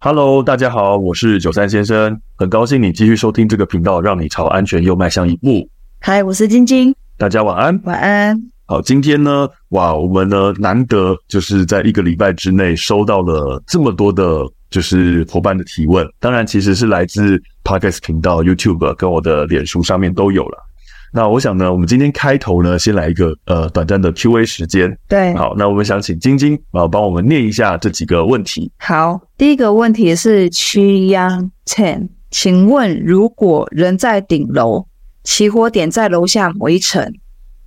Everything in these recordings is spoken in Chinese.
Hello，大家好，我是九三先生，很高兴你继续收听这个频道，让你朝安全又迈向一步。嗨，我是晶晶，大家晚安。晚安。好，今天呢，哇，我们呢难得就是在一个礼拜之内收到了这么多的，就是伙伴的提问。当然，其实是来自 Podcast 频道、YouTube 跟我的脸书上面都有了。那我想呢，我们今天开头呢，先来一个呃短暂的 Q&A 时间。对，好，那我们想请晶晶啊帮我们念一下这几个问题。好，第一个问题是 Qi Yang Chen，请问如果人在顶楼，起火点在楼下某一层，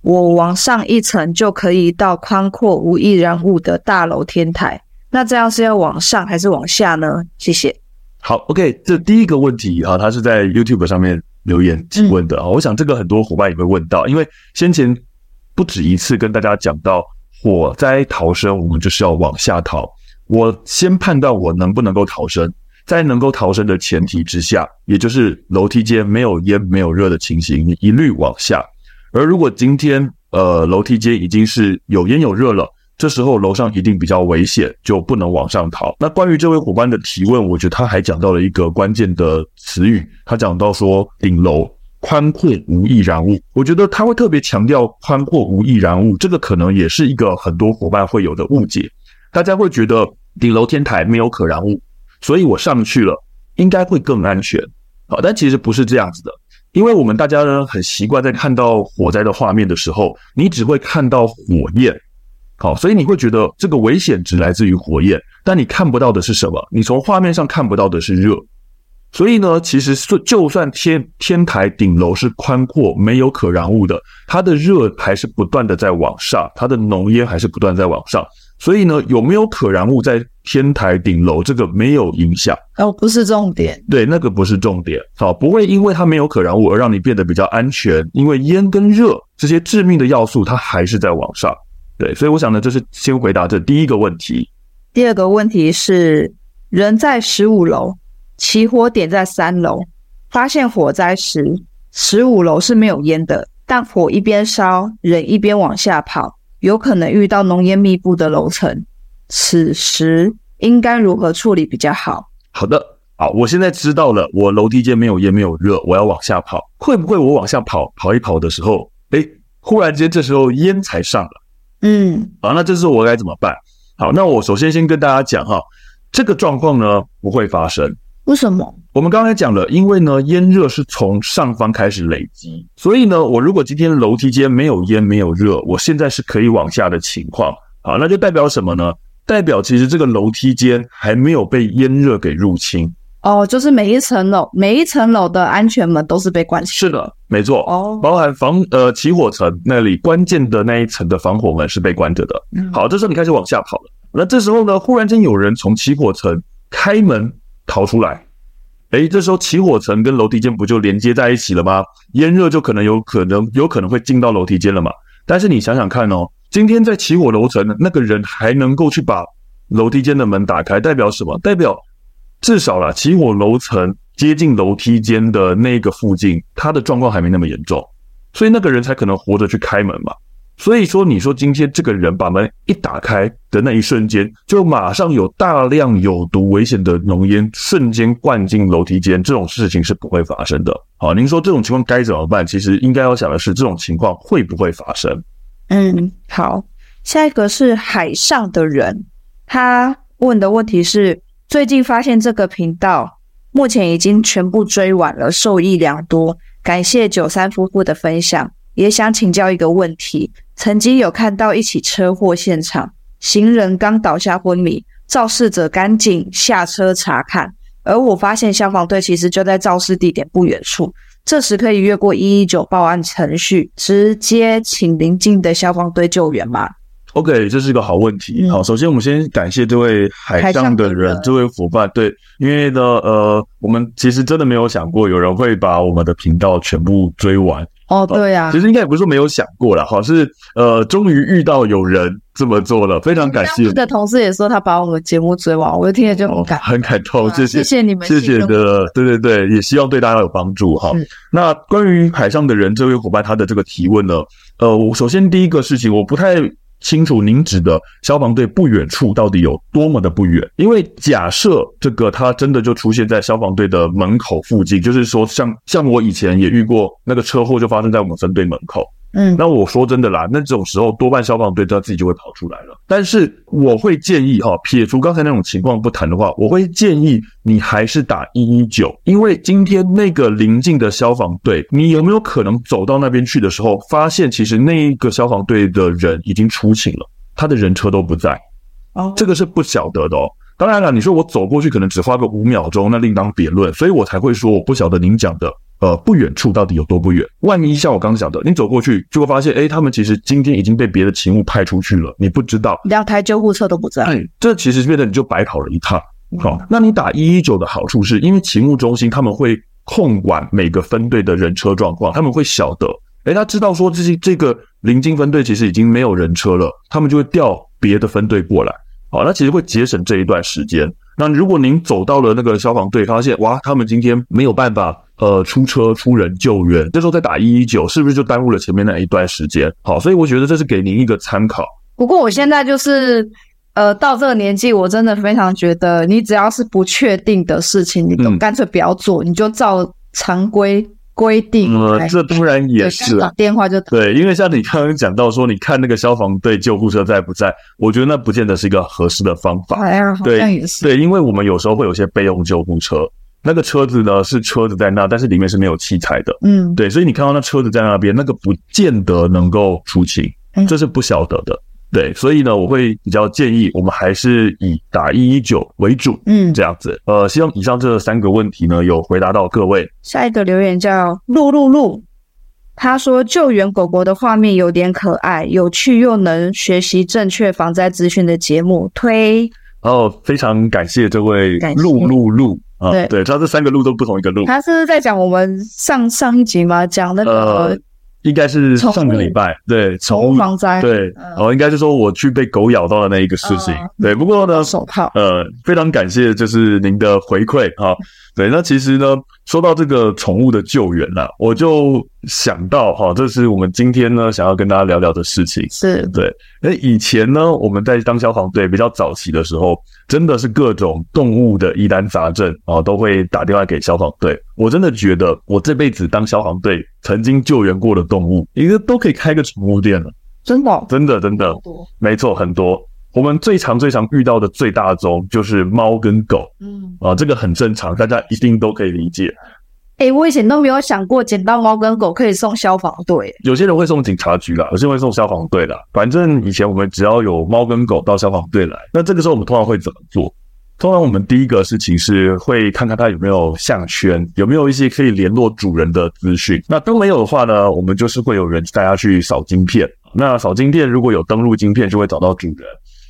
我往上一层就可以到宽阔无易燃物的大楼天台，那这样是要往上还是往下呢？谢谢。好，OK，这第一个问题啊，他是在 YouTube 上面留言提问的啊、我想这个很多伙伴也会问到，因为先前不止一次跟大家讲到火灾逃生，我们就是要往下逃。我先判断我能不能够逃生，在能够逃生的前提之下，也就是楼梯间没有烟没有热的情形，你一律往下。而如果今天呃楼梯间已经是有烟有热了，这时候楼上一定比较危险，就不能往上逃。那关于这位伙伴的提问，我觉得他还讲到了一个关键的词语，他讲到说顶楼宽阔无易燃物，我觉得他会特别强调宽阔无易燃物，这个可能也是一个很多伙伴会有的误解，大家会觉得顶楼天台没有可燃物，所以我上去了应该会更安全。好，但其实不是这样子的。因为我们大家呢很习惯在看到火灾的画面的时候，你只会看到火焰，好，所以你会觉得这个危险只来自于火焰，但你看不到的是什么？你从画面上看不到的是热。所以呢，其实是就算天天台顶楼是宽阔、没有可燃物的，它的热还是不断的在往上，它的浓烟还是不断地在往上。所以呢，有没有可燃物在天台顶楼这个没有影响。哦，不是重点。对，那个不是重点，好，不会因为它没有可燃物而让你变得比较安全，因为烟跟热这些致命的要素，它还是在往上。对，所以我想呢，这是先回答这第一个问题。第二个问题是，人在十五楼，起火点在三楼，发现火灾时，十五楼是没有烟的，但火一边烧，人一边往下跑，有可能遇到浓烟密布的楼层，此时应该如何处理比较好？好的，好，我现在知道了，我楼梯间没有烟，没有热，我要往下跑。会不会我往下跑，跑一跑的时候，哎，忽然间这时候烟才上了，嗯，好，那这时候我该怎么办？好，那我首先先跟大家讲哈，这个状况呢不会发生。为什么？我们刚才讲了，因为呢，烟热是从上方开始累积，所以呢，我如果今天楼梯间没有烟、没有热，我现在是可以往下的情况。好，那就代表什么呢？代表其实这个楼梯间还没有被烟热给入侵。哦，就是每一层楼，每一层楼的安全门都是被关起。是的，没错。哦，包含防呃起火层那里关键的那一层的防火门是被关着的。嗯，好，这时候你开始往下跑了。那这时候呢，忽然间有人从起火层开门逃出来，诶，这时候起火层跟楼梯间不就连接在一起了吗？烟热就可能有可能有可能会进到楼梯间了嘛。但是你想想看哦，今天在起火楼层，那个人还能够去把楼梯间的门打开，代表什么？代表至少啦，起火楼层接近楼梯间的那个附近，他的状况还没那么严重，所以那个人才可能活着去开门嘛。所以说，你说今天这个人把门一打开的那一瞬间，就马上有大量有毒危险的浓烟瞬间灌进楼梯间，这种事情是不会发生的。好，您说这种情况该怎么办？其实应该要想的是，这种情况会不会发生？嗯，好，下一个是海上的人，他问的问题是：最近发现这个频道，目前已经全部追完了，受益良多。感谢九三夫妇的分享，也想请教一个问题：曾经有看到一起车祸现场，行人刚倒下昏迷，肇事者赶紧下车查看，而我发现消防队其实就在肇事地点不远处，这时可以越过一一九报案程序，直接请邻近的消防队救援吗？ OK，这是一个好问题。嗯好，首先我们先感谢这位海上的海上的人人，这位伙伴。对，因为呢，呃，我们其实真的没有想过有人会把我们的频道全部追完。哦，对呀、啊其，实应该也不是说没有想过了，哈，是呃，终于遇到有人这么做了，非常感谢当时。的同事也说他把我们节目追完，我就听了就很哦感，很感动，动啊谢谢，谢谢你们谢谢信任的，对对对，也希望对大家有帮助哈嗯。那关于海上的人这位伙伴他的这个提问呢，呃，我首先第一个事情，我不太清楚您指的消防队不远处到底有多么的不远。因为假设这个它真的就出现在消防队的门口附近，就是说像像我以前也遇过那个车祸，就发生在我们分队门口。嗯，那我说真的啦，那种时候多半消防队他自己就会跑出来了。但是我会建议哈、撇除刚才那种情况不谈的话，我会建议你还是打一一九，因为今天那个邻近的消防队，你有没有可能走到那边去的时候，发现其实那一个消防队的人已经出勤了，他的人车都不在，哦，这个是不晓得的哦。当然了，你说我走过去可能只花个五秒钟，那另当别论，所以我才会说我不晓得您讲的。呃，不远处到底有多不远？万一像我刚刚讲的，你走过去就会发现，诶，他们其实今天已经被别的勤务派出去了，你不知道，两台救护车都不在。哎，这其实变得你就白跑了一趟。好、那你打一一九的好处是因为勤务中心他们会控管每个分队的人车状况，他们会晓得，诶，他知道说这些这个临近分队其实已经没有人车了，他们就会调别的分队过来。好，那其实会节省这一段时间。那如果您走到了那个消防队，发现哇，他们今天没有办法呃出车出人救援，这时候再打一一九，是不是就耽误了前面那一段时间？好，所以我觉得这是给您一个参考。不过我现在就是，呃，到这个年纪，我真的非常觉得，你只要是不确定的事情，你都嗯干脆不要做，你就照常规规定来。呃，这当然也对是打啦。电话就打。对，因为像你刚刚讲到说，你看那个消防队、救护车在不在，我觉得那不见得是一个合适的方法。哎呀，好对像也是。对，因为我们有时候会有一些备用救护车，那个车子呢是车子在那，但是里面是没有器材的。嗯，对，所以你看到那车子在那边，那个不见得能够出勤嗯，这是不晓得的。对，所以呢，我会比较建议我们还是以打一一九为主，嗯，这样子。呃，希望以上这三个问题呢，有回答到各位。下一个留言叫露露露，他说救援狗狗的画面有点可爱，有趣又能学习正确防灾资讯的节目推。哦，非常感谢这位感谢陆陆陆啊，对对，他这三个陆都不同一个陆，他是不是在讲我们上上一集嘛，讲那呃个，应该是宠物上个礼拜对宠物宠物防灾对，嗯哦，应该是说我去被狗咬到的那一个事情嗯，对，不过呢，手套？呃，非常感谢就是您的回馈哈、嗯对，那其实呢，说到这个宠物的救援啦、我就想到哈、这是我们今天呢想要跟大家聊聊的事情。是，对，那以前呢，我们在当消防队比较早期的时候，真的是各种动物的疑难杂症啊，都会打电话给消防队。我真的觉得，我这辈子当消防队曾经救援过的动物，一个都可以开个宠物店了，真的哦真的真的，没错，很多。我们最常最常遇到的最大宗就是猫跟狗嗯，啊，这个很正常，大家一定都可以理解。哎、我以前都没有想过捡到猫跟狗可以送消防 队。有些人会送警察局啦，有些人会送消防队啦。反正以前我们只要有猫跟狗到消防队来，那这个时候我们通常会怎么做？通常我们第一个事情是会看看它有没有项圈，有没有一些可以联络主人的资讯。那都没有的话呢，我们就是会有人带它去扫晶片。那扫晶片如果有登录晶片，就会找到主人。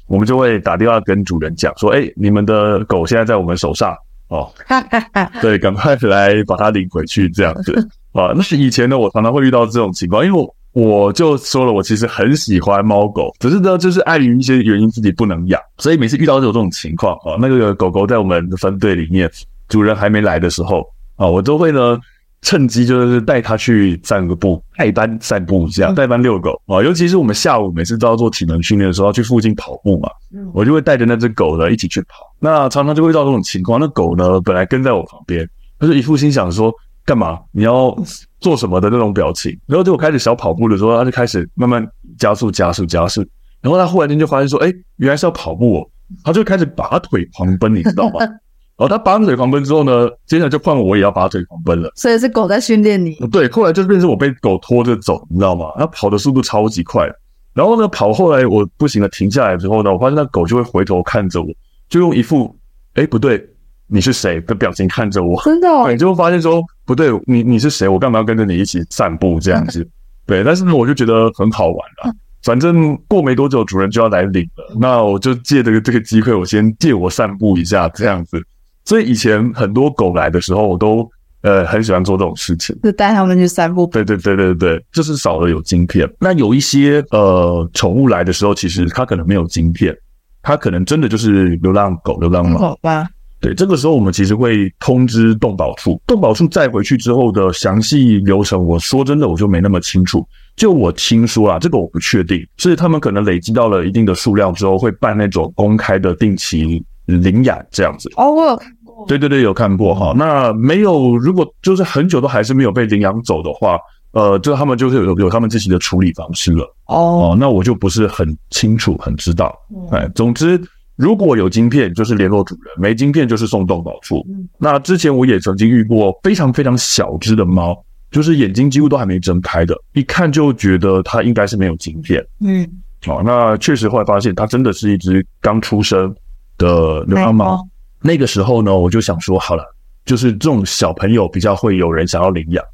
我们就会打电话跟主人讲说：“哎、你们的狗现在在我们手上哦，哈哈哈， 对，赶快来把它领回去，这样子啊。那是以前呢，我常常会遇到这种情况，因为我我就说了，我其实很喜欢猫狗，只是呢，就是碍于一些原因自己不能养，所以每次遇到这种这种情况啊，那个狗狗在我们的分队里面，主人还没来的时候啊，我都会呢。趁机就是带它去散个步，带班散步这样，带班遛狗啊。尤其是我们下午每次都要做体能训练的时候，要去附近跑步嘛，嗯，我就会带着那只狗呢一起去跑。那常常就会遇到这种情况，那狗呢本来跟在我旁边，它就一副心想说干嘛你要做什么的那种表情。然后就我开始小跑步的时候，它就开始慢慢加速、加速、加速。然后它忽然间就发现说，哎、原来是要跑步、哦，它就开始拔腿狂奔，你知道吗？ 然后它拔腿狂奔之后呢，接下来就换我也要拔腿狂奔了。所以是狗在训练你。对，后来就变成我被狗拖着走，你知道吗？它跑的速度超级快，然后呢，跑后来我不行了，停下来之后呢，我发现那狗就会回头看着我，就用一副“哎不对，你是谁”的表情看着我， 真的、哦对，，就会发现说不对，你你是谁？我干嘛要跟着你一起散步这样子？ 对，但是呢，我就觉得很好玩啦。 反正过没多久，主人就要来领了，那我就借这个这个机会，我先借我散步一下这样子。所以以前很多狗来的时候，我都呃很喜欢做这种事情。就带他们去散步。对对对对对，就是少了有晶片。那有一些呃宠物来的时候，其实它可能没有晶片，它可能真的就是流浪狗、流浪猫。好吧，对，这个时候我们其实会通知动保处，动保处再回去之后的详细流程，我说真的我就没那么清楚。就我听说啊，这个我不确定，是他们可能累积到了一定的数量之后，会办那种公开的定期领养这样子。哦，我有看过，对对对，有看过哈。那没有，如果就是很久都还是没有被领养走的话，呃，就他们就是有有他们自己的处理方式了。哦，哦，那我就不是很清楚，很知道。哎，总之，如果有晶片，就是联络主人；没晶片，就是送动保处嗯。那之前我也曾经遇过非常非常小只的猫，就是眼睛几乎都还没睁开的，一看就觉得它应该是没有晶片。嗯，哦，那确实后来发现它真的是一只刚出生的流浪哎哦猫。那个时候呢，我就想说，好了，就是这种小朋友比较会有人想要领养，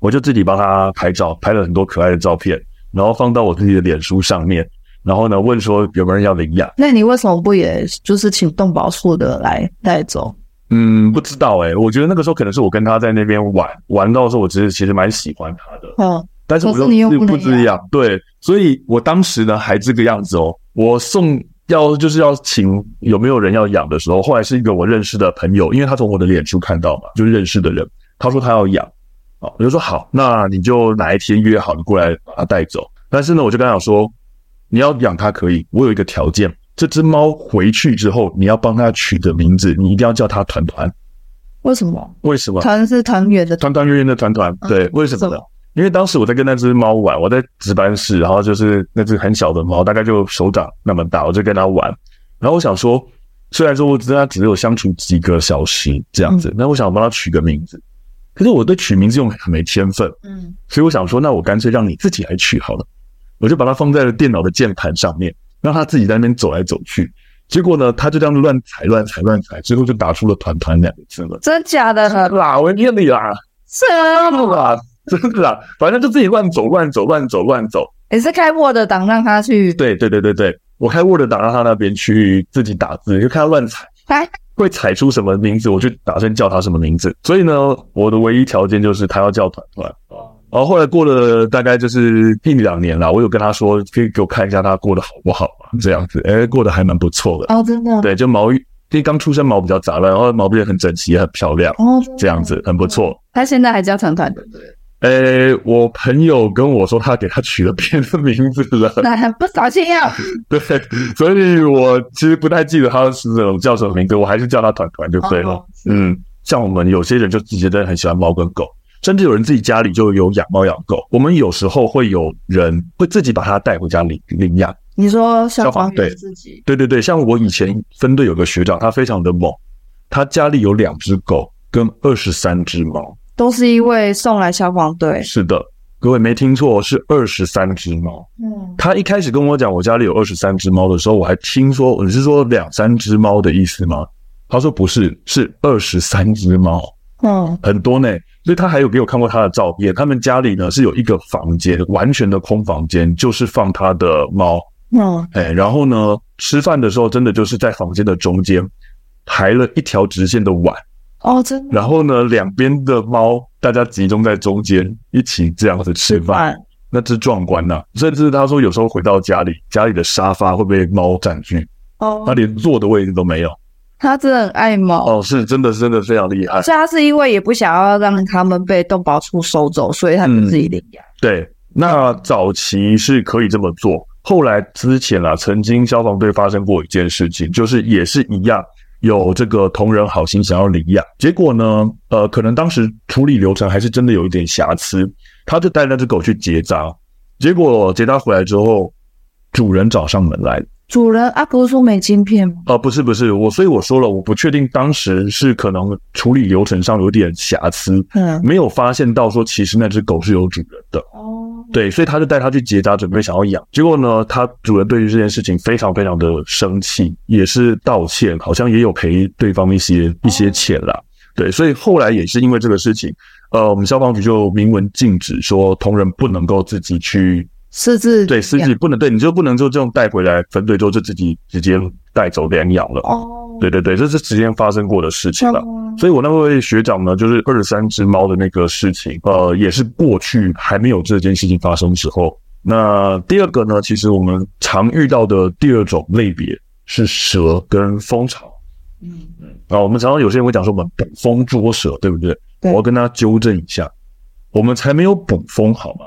我就自己帮他拍照，拍了很多可爱的照片，然后放到我自己的脸书上面，然后呢问说有没有人要领养。那你为什么不也就是请动保处的来带走？嗯，不知道诶、我觉得那个时候可能是我跟他在那边玩，玩到的时候，我其实其实蛮喜欢他的，嗯，但是我可是你又不不能知养，对，所以我当时呢还这个样子哦，我送要就是要请有没有人要养的时候，后来是一个我认识的朋友，因为他从我的脸书看到嘛，就是认识的人，他说他要养，哦，我就说好，那你就哪一天约好你过来把它带走，但是呢，我就跟他讲说，你要养它可以，我有一个条件，这只猫回去之后，你要帮它取的名字，你一定要叫它团团，为什么？为什么？团嗯是团圆的，啊团团圆圆的团团，对，为什么是呢吗？因为当时我在跟那只猫玩，我在值班室，然后就是那只很小的猫，大概就手掌那么大，我就跟它玩。然后我想说，虽然说我跟它只有相处几个小时这样子，那、我想帮它取个名字，可是我对取名字又很没天分，嗯，所以我想说，那我干脆让你自己来取好了。我就把它放在了电脑的键盘上面，让它自己在那边走来走去。结果呢，它就这样乱踩、乱踩、乱踩，最后就打出了“团团”两个字 了。真假的？啦，我念你啦！是真的啊，啦，真的啦，反正就自己乱走乱走乱走乱走。也是开 Word 档让他去，对对对对对，我开 Word 档让他那边去自己打字，就看他乱踩哎，会踩出什么名字，我就打算叫他什么名字。所以呢，我的唯一条件就是他要叫团团。然后后来过了大概就是一两年啦，我有跟他说，可以给我看一下他过得好不好嘛？这样子，哎，过得还蛮不错的。哦，真的，对，就毛，因为刚出生毛比较杂乱，然后毛病也很整齐，也很漂亮，哦，真的这样子很不错。他现在还叫团团，呃，我朋友跟我说，他给他取了别的名字了，那还不扫兴啊？ 对，所以我其实不太记得他是怎么叫什么名字，我还是叫他团团就对了。哦嗯，像我们有些人就自己真的很喜欢猫跟狗，甚至有人自己家里就有养猫养狗。我们有时候会有人会自己把它带回家领领养。你说消消防防员队自己，对对对，像我以前分队有个学长，他非常的猛，他家里有两只狗跟二十三只猫。都是因为送来消防队，是的，各位没听错，是二十三只猫。嗯，他一开始跟我讲我家里有二十三只猫的时候，我还听说你是说两三只猫的意思吗？他说不是，是二十三只猫，嗯，很多呢。所以他还有给我看过他的照片，他们家里呢是有一个房间，完全的空房间，就是放他的猫。嗯，哎，然后呢，吃饭的时候真的就是在房间的中间排了一条直线的碗，哦，真的，然后呢，两边的猫大家集中在中间一起这样子吃饭。饭那只壮观呐、甚至他说有时候回到家里，家里的沙发会被猫占据，他哦，连坐的位置都没有。他真的很爱猫，哦，哎是真的，真的非常厉害。所以他是因为也不想要让他们被动保处收走，所以他就嗯自己领养。对，那早期是可以这么做，后来之前啊，曾经消防队发生过一件事情，就是也是一样。有这个同仁好心想要领养，结果呢，呃，可能当时处理流程还是真的有一点瑕疵，他就带那只狗去结扎，结果结扎回来之后，主人找上门来了主人啊，不是说没晶片吗？呃，不是不是，我所以我说了，我不确定当时是可能处理流程上有点瑕疵，嗯，没有发现到说其实那只狗是有主人的，哦，对，所以他就带它去结扎，准备想要养。结果呢，他主人对于这件事情非常非常的生气，也是道歉，好像也有赔对方一些一些钱啦。对，所以后来也是因为这个事情，呃，我们消防局就明文禁止说同仁不能够自己去私自对，私养自不能对，你就不能就这样带回来分队之后就自己直接带走领养了。哦，对对对，这是之前发生过的事情了。嗯所以我那位学长呢，就是二十三只猫的那个事情，呃，也是过去还没有这件事情发生时候。那第二个呢，其实我们常遇到的第二种类别是蛇跟蜂巢嗯，啊。我们常常有些人会讲说我们捕蜂捉蛇，对不对？对我要跟他纠正一下，我们才没有捕蜂好吗？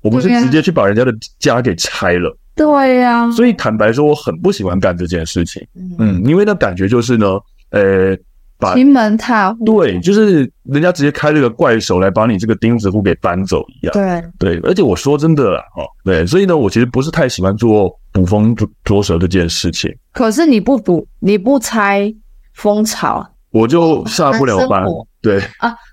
我们是对啊直接去把人家的家给拆了。对呀、所以坦白说，我很不喜欢干这件事情。嗯，嗯，因为那感觉就是呢，呃，把亲门踏户，对，就是人家直接开了个怪手来把你这个钉子户给搬走一样。对，对，而且我说真的啦，哦，对，所以呢，我其实不是太喜欢做捕风捉捉蛇这件事情，可是你不赌，你不拆蜂巢，我就下不了哦很难班生活。对，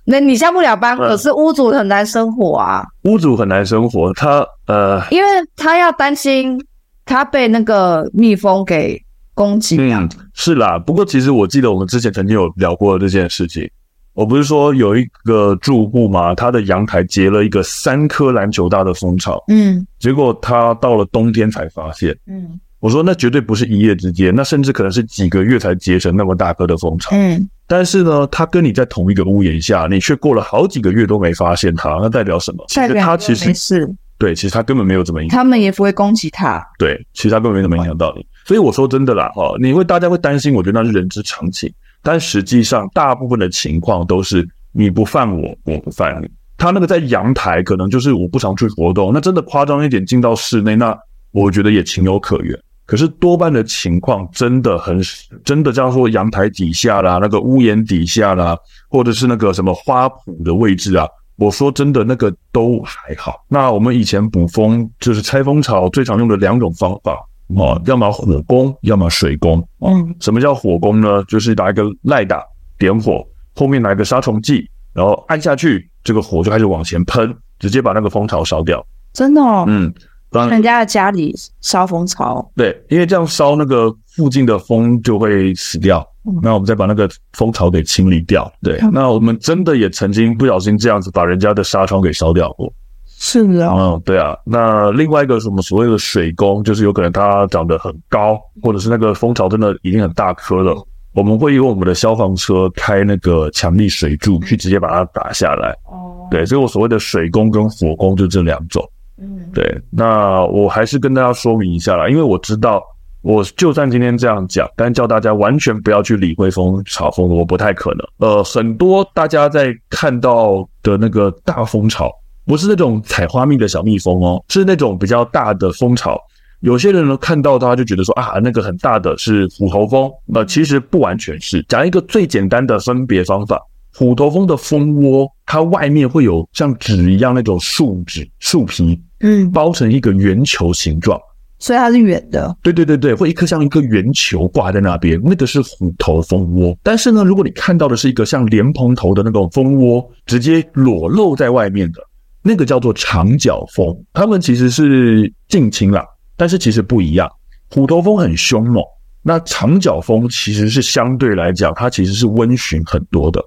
那你下不了班，嗯可是屋主很难生活啊，屋主很难生活，他呃，因为他要担心他被那个蜜蜂给攻击。啊嗯，是啦。不过其实我记得我们之前曾经有聊过这件事情。我不是说有一个住户嘛，他的阳台结了一个三颗篮球大的蜂巢，嗯结果他到了冬天才发现。嗯我说那绝对不是一夜之间，那甚至可能是几个月才结成那么大颗的蜂巢。嗯，但是呢，它跟你在同一个屋檐下，你却过了好几个月都没发现它，那代表什么？其代实表它其没实事，对，其实它根本没有怎么影响。他们也不会攻击他。对，其实它根本没怎么影响到你。所以我说真的啦，哈、你会大家会担心，我觉得那是人之常情。但实际上，大部分的情况都是你不犯我，我不犯你。他那个在阳台，可能就是我不常去活动，那真的夸张一点，进到室内，那我觉得也情有可原。可是多半的情况真的很，真的这样说，阳台底下啦，那个屋檐底下啦，或者是那个什么花圃的位置啊，我说真的，那个都还好。那我们以前捕风就是拆蜂巢最常用的两种方法哦，要么火攻，要么水攻。哦，嗯什么叫火攻呢？就是拿一个赖打点火，后面拿一个杀虫剂，然后按下去，这个火就开始往前喷，直接把那个蜂巢烧掉。真的哦，嗯，当然人家的家里烧蜂巢，对，因为这样烧那个附近的蜂就会死掉嗯。那我们再把那个蜂巢给清理掉。对嗯，那我们真的也曾经不小心这样子把人家的纱窗给烧掉过。是哦，嗯，对啊。那另外一个什么所谓的水工，就是有可能它长得很高，或者是那个蜂巢真的已经很大颗了，我们会用我们的消防车开那个强力水柱去直接把它打下来。哦，对，所以我所谓的水工跟火工就这两种。嗯，对，那我还是跟大家说明一下啦，因为我知道，我就算今天这样讲，但叫大家完全不要去理会蜂巢蜂窝，不太可能。呃，很多大家在看到的那个大蜂巢，不是那种采花蜜的小蜜蜂哦，是那种比较大的蜂巢。有些人呢看到它就觉得说啊，那个很大的是虎头蜂，呃，其实不完全是。讲一个最简单的分别方法，虎头蜂的蜂窝，它外面会有像纸一样那种树脂、树皮，嗯，包成一个圆球形状。所以它是远的，对对对对，会一颗像一个圆球挂在那边，那个是虎头蜂窝。但是呢，如果你看到的是一个像莲蓬头的那种蜂窝，直接裸露在外面的，那个叫做长角蜂。它们其实是近亲啦，但是其实不一样。虎头蜂很凶猛，那长角蜂其实是相对来讲，它其实是温驯很多的。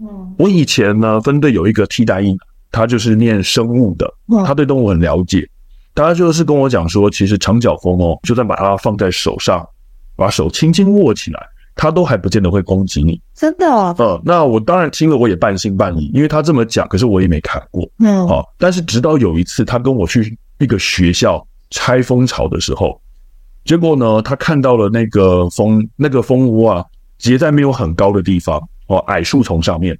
嗯，我以前呢，分队有一个替代役，他就是念生物的，哇他对动物很了解。他就是跟我讲说，其实长角蜂哦，就算把它放在手上，把手轻轻握起来，它都还不见得会攻击你。真的哦，呃，那我当然听了我也半信半疑，因为他这么讲，可是我也没看过。嗯，哦，但是直到有一次他跟我去一个学校拆蜂巢的时候，结果呢，他看到了那个蜂那个蜂窝啊，结在没有很高的地方哦，矮树丛上面。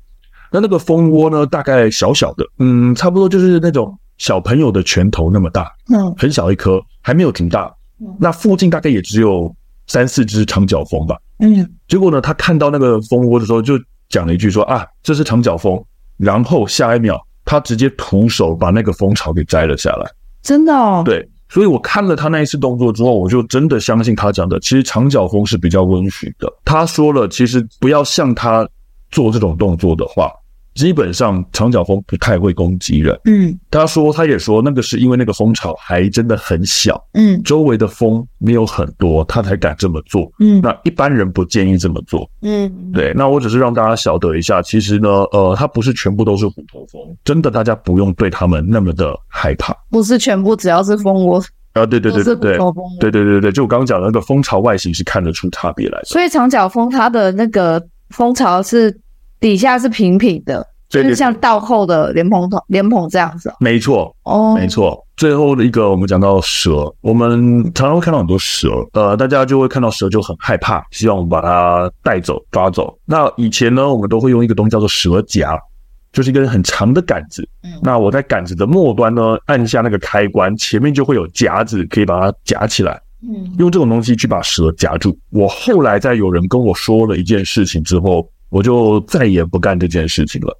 那那个蜂窝呢，大概小小的，嗯，差不多就是那种小朋友的拳头那么大，嗯，很小一颗，还没有挺大嗯。那附近大概也只有三四只长角蜂吧。嗯，结果呢，他看到那个蜂窝的时候，就讲了一句说啊，这是长角蜂。然后下一秒，他直接徒手把那个蜂巢给摘了下来。真的哦，对，所以我看了他那一次动作之后，我就真的相信他讲的，其实长角蜂是比较温驯的。他说了，其实不要像他做这种动作的话，基本上长角蜂不太会攻击人。嗯他说，他也说那个是因为那个蜂巢还真的很小，嗯周围的蜂没有很多，他才敢这么做。嗯那一般人不建议这么做。嗯，对，那我只是让大家晓得一下，其实呢，呃，它不是全部都是虎头蜂，真的大家不用对它们那么的害怕。不是全部，只要是蜂窝，啊，对对对对都是对虎头蜂窝对对对对，就我刚刚讲的那个蜂巢外形是看得出差别来的。所以长角蜂它的那个蜂巢是底下是平平的，对就是对，像倒后的莲蓬头、莲蓬这样子没错，哦。没，错。最后的一个，我们讲到蛇，我们常常会看到很多蛇，呃，大家就会看到蛇就很害怕，希望我们把它带走、抓走。那以前呢，我们都会用一个东西叫做蛇夹，就是一根很长的杆子。嗯那我在杆子的末端呢，按下那个开关，前面就会有夹子可以把它夹起来，嗯用这种东西去把蛇夹住。我后来在有人跟我说了一件事情之后，我就再也不干这件事情了。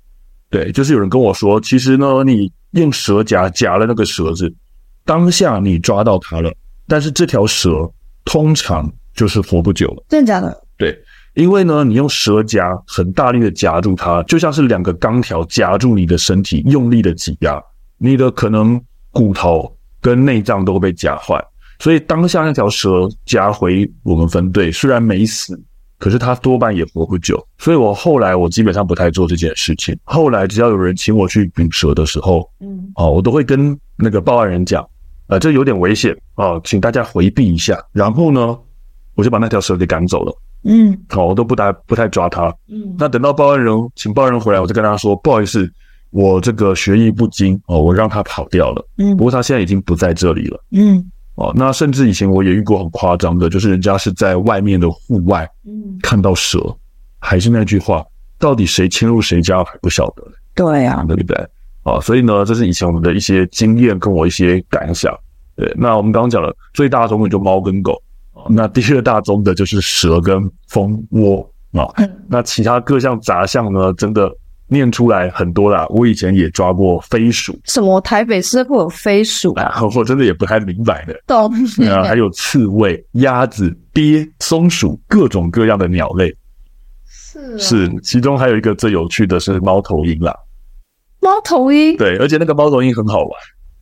对，就是有人跟我说，其实呢，你用蛇夹夹了那个蛇子，当下你抓到它了，但是这条蛇通常就是活不久了。真的假的？因为呢，你用蛇夹很大力的夹住它，就像是两个钢条夹住你的身体，用力的挤压，你的可能骨头跟内脏都会被夹坏。所以当下那条蛇夹回我们分队，虽然没死，可是它多半也活不久。所以我后来我基本上不太做这件事情。后来只要有人请我去捕蛇的时候，嗯，哦，我都会跟那个报案人讲，呃，这有点危险哦，请大家回避一下。然后呢，我就把那条蛇给赶走了。嗯，好，我都不太不太抓他。嗯那等到报案人请报案人回来，我再跟他说，不好意思，我这个学艺不精哦，我让他跑掉了。嗯不过他现在已经不在这里了嗯，哦。那甚至以前我也遇过很夸张的，就是人家是在外面的户外嗯，看到蛇，还是那句话，到底谁侵入谁家还不晓得，对啊，对不对？哦，所以呢，这是以前我们的一些经验跟我一些感想。对，那我们刚刚讲了最大宗的就猫跟狗，哦那第二大宗的就是蛇跟蜂窝啊。哦那其他各项杂项呢，真的念出来很多啦。我以前也抓过飞鼠什么台北市会有飞鼠啊？啊， 我真的也不太明白的。懂？啊，还有刺猬、鸭子、鳖、松鼠，各种各样的鸟类。是啊是，啊其中还有一个最有趣的是猫头鹰啦。猫头鹰， 对，而且那个猫头鹰很好玩，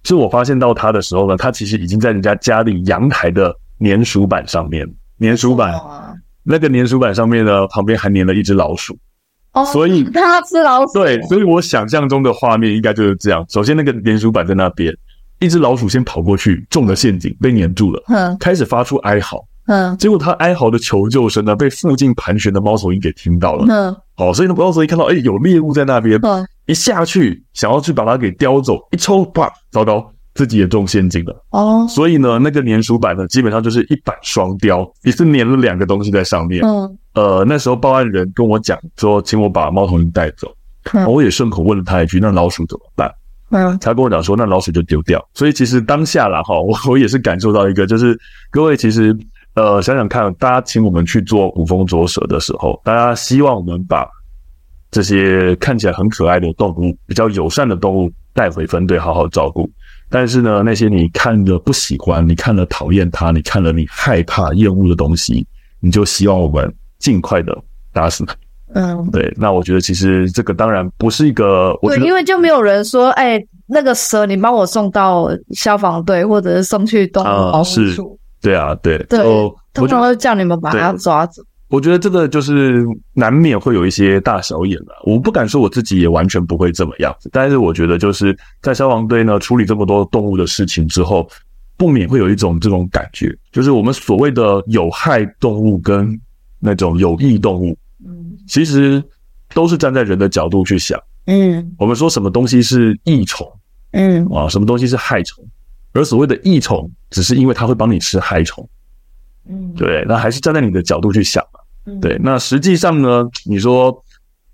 是我发现到它的时候呢，它其实已经在人家家里阳台的粘鼠板上面，粘鼠板哦啊，那个粘鼠板上面呢，旁边还粘了一只老鼠。哦，所以他吃老鼠，对，所以我想象中的画面应该就是这样。首先，那个粘鼠板在那边，一只老鼠先跑过去，中了陷阱，被粘住了，哼开始发出哀嚎。哼结果它哀嚎的求救声呢，被附近盘旋的猫头鹰给听到了。哼哦，所以呢，猫头鹰看到，哎，有猎物在那边，哼，一下去想要去把它给叼走，一抽，啪，糟糕，自己也中陷阱了。哦，所以呢，那个粘鼠板呢，基本上就是一板双雕，也是粘了两个东西在上面。嗯呃，那时候报案人跟我讲说，请我把猫头鹰带走。嗯我也顺口问了他一句，那老鼠怎么办？嗯他跟我讲说，那老鼠就丢掉。所以其实当下啦，哈， 我我也是感受到一个，就是各位其实呃想想看，大家请我们去做捕风捉蛇的时候，大家希望我们把这些看起来很可爱的动物、比较友善的动物带回分队好好照顾。但是呢，那些你看着不喜欢、你看了讨厌它、你看了你害怕、厌恶的东西，你就希望我们尽快的打死它。嗯，对，那我觉得其实这个当然不是一个，我觉对，得因为就没有人说，哎，那个蛇你帮我送到消防队，或者是送去动物啊保护是处，对啊，对，对哦，我通觉常会叫你们把它对抓走。我觉得这个就是难免会有一些大小眼了、我不敢说我自己也完全不会这么样子，但是我觉得就是在消防队呢处理这么多动物的事情之后，不免会有一种这种感觉，就是我们所谓的有害动物跟那种有益动物，嗯其实都是站在人的角度去想。嗯我们说什么东西是益虫嗯啊，什么东西是害虫，而所谓的益虫，只是因为它会帮你吃害虫，嗯，对，那还是站在你的角度去想。嗯对，那实际上呢，你说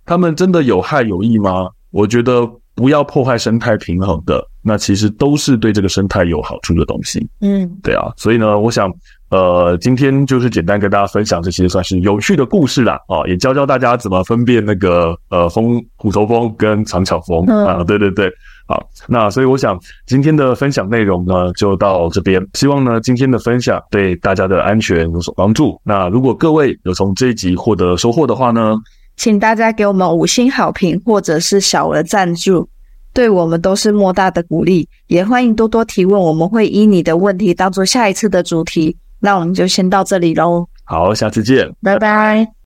他们真的有害有益吗？我觉得不要破坏生态平衡的，那其实都是对这个生态有好处的东西。嗯，对啊，所以呢，我想，呃，今天就是简单跟大家分享这些算是有趣的故事啦，啊，也教教大家怎么分辨那个呃风虎头蜂跟长角蜂、嗯啊，对对对。好，那所以我想今天的分享内容呢，就到这边。希望呢今天的分享对大家的安全有所帮助。那如果各位有从这一集获得收获的话呢，请大家给我们五星好评或者是小额赞助，对我们都是莫大的鼓励。也欢迎多多提问，我们会依你的问题当做下一次的主题。那我们就先到这里喽，好，下次见。拜拜。